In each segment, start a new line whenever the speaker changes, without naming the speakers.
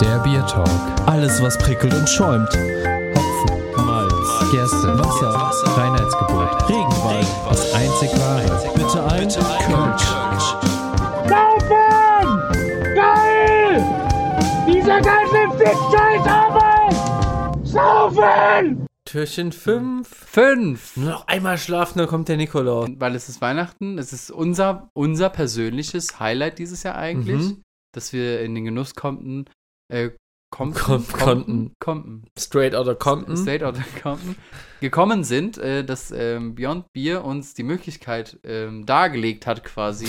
Der Bier Talk.
Alles, was prickelt und schäumt.
Hopfen,
Malz,
Gerste,
Wasser,
Reinheitsgebot.
Regenwein,
Das einzig wahre.
bitte ein Kölsch.
Saufen! Geil! Dieser ganze Fick-Scheiß-Arbeit! Saufen!
Türchen 5.
Fünf!
Nur noch einmal schlafen, dann kommt der Nikolaus.
Weil es ist Weihnachten, es ist unser, unser persönliches Highlight dieses Jahr eigentlich,
Mhm.
dass wir in den Genuss konnten, äh, kommen,
Kom- konnten.
konnten,
Straight out of Compton.
State of the Compton, gekommen sind, äh, dass ähm, Beyond Beer uns die Möglichkeit ähm, dargelegt hat quasi,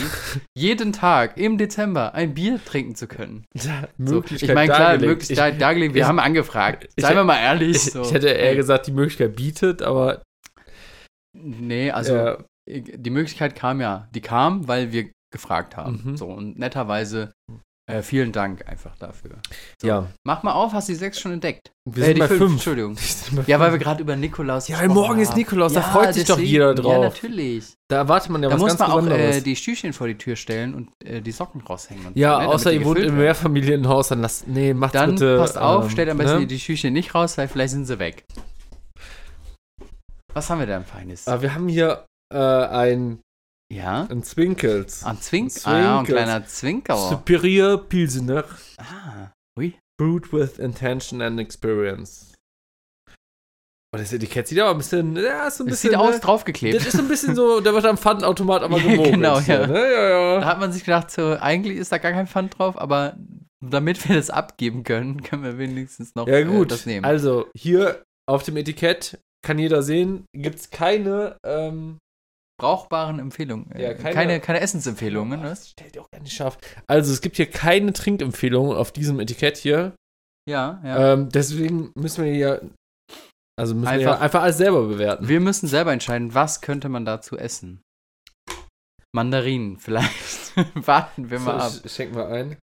jeden Tag im Dezember ein Bier trinken zu können.
Ja,
So,
Möglichkeit
ich meine, klar,
dargelegt.
Möglichkeit dargelegt, wir
ich-
haben angefragt,
ich-
seien wir mal ehrlich.
Ich,
so. Äh,
ich hätte eher gesagt, die Möglichkeit bietet, aber äh,
Nee, also
Ja.
die Möglichkeit kam ja. Die kam, weil wir gefragt haben.
Mhm.
So und netterweise äh, vielen Dank einfach dafür. So.
ja.
Mach mal auf, hast die sechs schon entdeckt.
Wir
Äh,
sind
die
bei
fünf,
fünf.
Entschuldigung.
Wir sind bei
Ja, weil wir
fünf.
gerade über Nikolaus
Ja, weil
gesprochen
morgen ist
haben.
Nikolaus, da freut sich doch jeder drauf.
Ja, natürlich.
Da erwartet man ja
da
was
muss
ganz
man auch
Besonderes.
äh, die Stühlchen vor die Tür stellen und äh, die Socken raushängen. Und
ja,
so, ne, damit
außer
die
ihr wohnt
gefüllt
im
werden.
Mehrfamilienhaus, dann lasst. Nee, macht's
Dann
bitte.
passt auf,
ähm,
stellt am besten
ne?
die Stühlchen nicht raus, weil vielleicht sind sie weg. Was haben wir da im Feines?
Aber wir haben hier äh, ein,
ja?
ein Zwinkels.
Ein Zwink?
Ein
Ah, ja, ein
Zwinker.
kleiner Zwinkauer.
Superior Pilsener.
Ah, ui.
Brewed with Intention and Experience. Oh, das Etikett sieht aber ein bisschen. Ja, ist so ein
Das
bisschen.
sieht aus,
ne? Das
draufgeklebt.
ist so ein bisschen so, da wird am Pfandautomat aber
Ja,
gemogelt.
genau,
so,
ja.
Ne? ja,
Da
ja.
hat man sich gedacht, so, eigentlich ist da gar kein Pfand drauf, aber damit wir das abgeben können, können wir wenigstens noch
Ja, gut.
Äh, das nehmen.
Also, hier auf dem Etikett kann jeder sehen, gibt es keine. Ähm,
Brauchbaren Empfehlungen. äh,
Ja, keine-
keine, keine, Essensempfehlungen,
Ach,
ne?
Oh, das stellt ihr auch gar nicht scharf. Also, es gibt hier keine Trinkempfehlungen auf diesem Etikett hier.
Ja, ja.
Ähm, deswegen müssen wir hier. Also, müssen wir
Einfach-
ja einfach alles selber bewerten.
wir müssen selber entscheiden, was könnte man dazu essen. Mandarinen vielleicht. Warten wir mal ab.
So, sch- Schenken wir ein.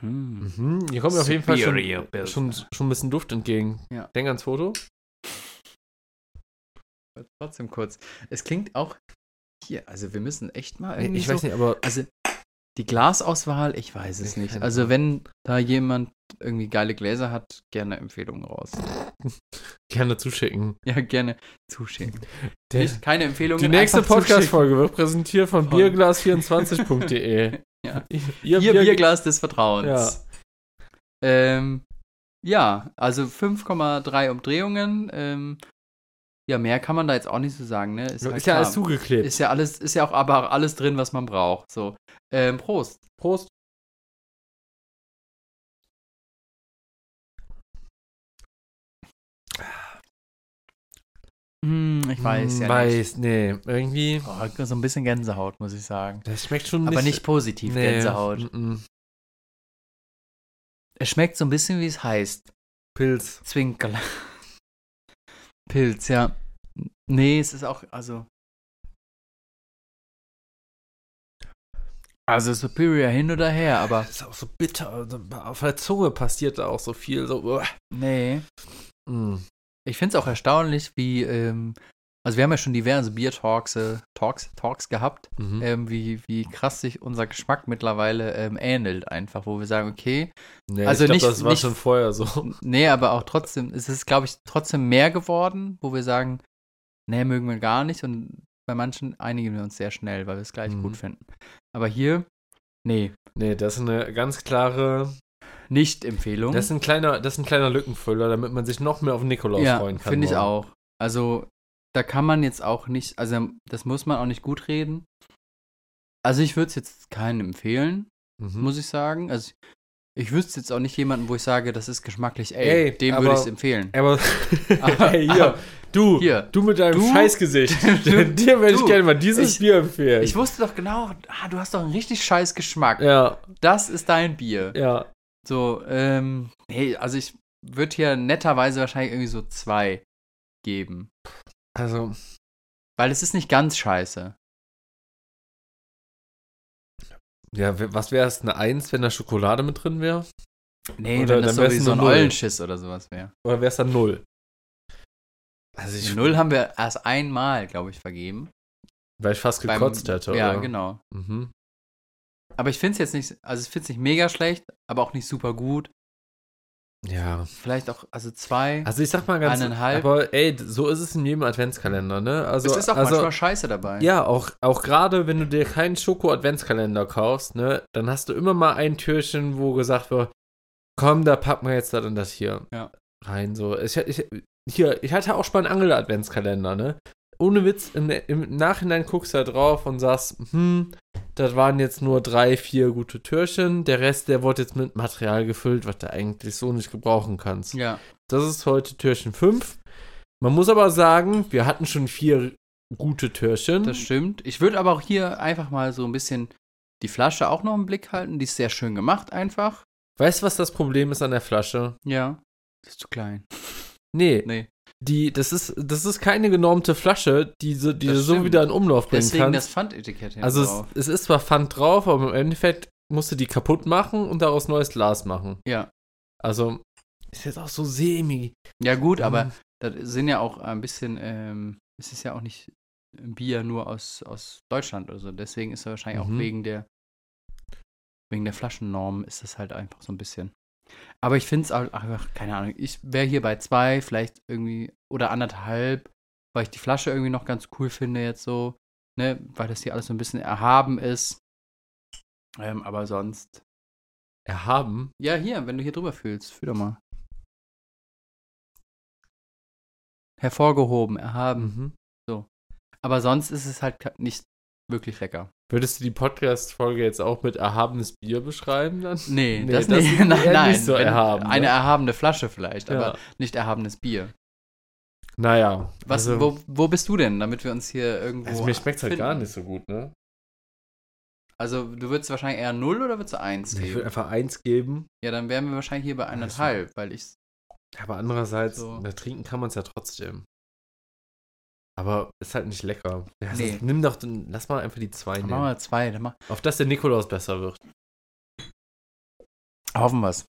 Hm.
Mhm, hier kommt mir auf jeden Fall
Superior
schon,
Pilsner.
schon, schon ein bisschen Duft entgegen.
Ja.
Denk ans Foto.
Trotzdem kurz. Es klingt auch hier, also wir müssen echt mal irgendwie
ich
so
weiß nicht, aber
Also die Glasauswahl, ich weiß es
Nee,
nicht.
keine
Also wenn da jemand irgendwie geile Gläser hat, gerne Empfehlungen raus.
gerne zuschicken.
Ja, gerne zuschicken.
Der-
nicht, keine Empfehlungen.
Die nächste
einfach zuschicken.
Podcast-Folge wird präsentiert von
Von-
bierglas24.de.
Ja.
Ihr,
Ihr
Bier-
Bierglas des Vertrauens. Ja, ähm, ja also 5,3 Umdrehungen. Ähm, ja, mehr kann man da jetzt auch nicht so sagen, ne?
Ist,
halt
ja
klar.
alles zugeklebt.
Ist ja alles, ist ja auch aber alles drin, was man braucht. So. Ähm, Prost.
Prost.
Hm, ich weiß ja
weiß,
nicht.
nee. Irgendwie.
Oh, so ein bisschen Gänsehaut, muss ich sagen.
Das schmeckt schon
Aber nicht positiv,
nee,
Gänsehaut.
mm, mm.
Es schmeckt so ein bisschen, wie es heißt.
Pilz.
Zwinkerl. Pilz, ja. Nee, es ist auch, also. Also Superior hin oder her, aber
ist auch so bitter. also Auf der Zunge passiert da auch so viel. So. uah.
nee. Äh,
Mm.
Ich finde es auch erstaunlich, wie, ähm, also wir haben ja schon diverse Bier-Talks äh, Talks, Talks gehabt,
Mhm.
ähm, wie, wie krass sich unser Geschmack mittlerweile ähm, ähnelt einfach, wo wir sagen, okay,
Nee,
also
ich glaub,
nicht-
das war
nicht-
schon vorher so.
Nee, aber auch trotzdem, es ist, glaube ich, trotzdem mehr geworden, wo wir sagen, nee, mögen wir gar nicht. Und bei manchen einigen wir uns sehr schnell, weil wir es gleich
Mhm.
gut finden. Aber hier, nee,
Nee, das ist eine ganz klare
Nicht-Empfehlung.
Das ist ein kleiner, das ist ein kleiner Lückenfüller, damit man sich noch mehr auf Nikolaus
ja,
freuen kann.
finde ich
morgen.
auch. Also, da kann man jetzt auch nicht, also, das muss man auch nicht gut reden. Also, ich würde es jetzt keinem empfehlen,
Mhm.
muss ich sagen. Also, ich wüsste jetzt auch nicht jemanden, wo ich sage, das ist geschmacklich, ey,
Ey,
dem würde ich
aber-
es empfehlen.
Aber hey, hier,
aber-
du,
hier.
du mit deinem
Du?
Scheißgesicht,
Du?
dir würde ich
Du?
gerne mal dieses
Ich-
Bier empfehlen.
Ich wusste doch genau, ah, du hast doch einen richtig scheiß Geschmack.
ja,
das ist dein Bier.
ja.
So, ähm, hey, also ich würde hier netterweise wahrscheinlich irgendwie so zwei geben.
Also,
Weil es ist nicht ganz scheiße.
ja, w- was wäre es, eine Eins, wenn da Schokolade mit drin wäre?
Nee,
Oder
wenn das
dann wär's
so wie so
eine
ein
Null.
Eulenschiss oder sowas wäre.
Oder wäre es dann Null? Also
Die Null haben wir erst einmal, glaube ich, vergeben.
Weil ich fast
beim-
gekotzt hätte,
Ja,
oder?
genau.
Mhm.
Aber ich finde es jetzt nicht, also ich finde es nicht mega schlecht, aber auch nicht super gut.
Ja.
Vielleicht auch, also zwei.
Also ich sag mal ganz.
Eineinhalb.
Aber ey, so ist es in jedem Adventskalender, ne? Also,
es ist auch
also,
manchmal scheiße dabei.
Ja, auch, auch gerade wenn du dir keinen Schoko-Adventskalender kaufst, ne, dann hast du immer mal ein Türchen, wo gesagt wird, komm, da packen wir jetzt das und das hier
Ja.
rein. So. Ich, ich, hier, ich hatte auch schon einen Angel-Adventskalender, ne? Ohne Witz, im, im Nachhinein guckst du da drauf und sagst, hm, das waren jetzt nur drei, vier gute Türchen, der Rest, der wurde jetzt mit Material gefüllt, was du eigentlich so nicht gebrauchen kannst.
Ja.
Das ist heute Türchen 5. Man muss aber sagen, wir hatten schon vier gute Türchen.
Das stimmt. Ich würde aber auch hier einfach mal so ein bisschen die Flasche auch noch im Blick halten. Die ist sehr schön gemacht, einfach.
Weißt du, was das Problem ist an der Flasche?
Ja. Die ist zu klein.
Nee,
Nee.
Die, das, ist, das ist keine genormte Flasche, die, so- die
Das
du so
stimmt.
wieder in Umlauf bringen
Deswegen das genau.
kannst.
Pfandetikett hinten
also
drauf.
es, es ist zwar Pfand drauf, aber im Endeffekt musst du die kaputt machen und daraus neues Glas machen.
Ja.
Also ist jetzt auch so semi. ähm,
Ja, gut, aber das sind ja auch ein bisschen, ähm, es ist ja auch nicht ein Bier nur aus, aus Deutschland oder so. Deswegen ist er wahrscheinlich
Mhm.
auch wegen der, wegen der Flaschennorm ist das halt einfach so ein bisschen. Aber ich finde es einfach, keine Ahnung, ich wäre hier bei zwei, vielleicht irgendwie, oder anderthalb, weil ich die Flasche irgendwie noch ganz cool finde jetzt so, ne, weil das hier alles so ein bisschen erhaben ist. Ähm, aber sonst.
erhaben.
Ja, hier, wenn du hier drüber fühlst, fühl doch mal. Hervorgehoben, erhaben.
Hm. Mhm.
Aber sonst ist es halt ka- nicht wirklich lecker.
Würdest du die Podcast-Folge jetzt auch mit erhabenes Bier beschreiben dann?
Nee,
Nee,
das,
das
nicht.
ist
Nein,
eher
nein.
nicht so
wenn-
erhaben,
Eine
ne?
erhabene Flasche vielleicht, aber
Ja.
nicht erhabenes Bier.
Naja.
Was,
also,
wo, wo bist du denn, damit wir uns hier irgendwo.
also mir schmeckt halt
finden?
gar nicht so gut, ne?
Also, du würdest wahrscheinlich eher 0 oder würdest du 1
Ich würde
geben?
einfach eins geben.
Ja, dann wären wir wahrscheinlich hier bei eineinhalb, weil ich.
Aber andererseits,
So.
na, trinken kann man es ja trotzdem. Aber ist halt nicht lecker. Ja,
Nee.
sonst Nimm doch, den, lass mal einfach die zwei
Dann
nehmen.
machen wir zwei. Dann mach,
Auf dass der Nikolaus besser wird.
hoffen wir's.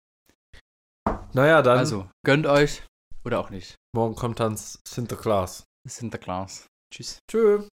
Naja, dann.
Also, gönnt euch oder auch nicht.
Morgen kommt dann Sinterklaas.
Sinterklaas. Tschüss.
Tschö.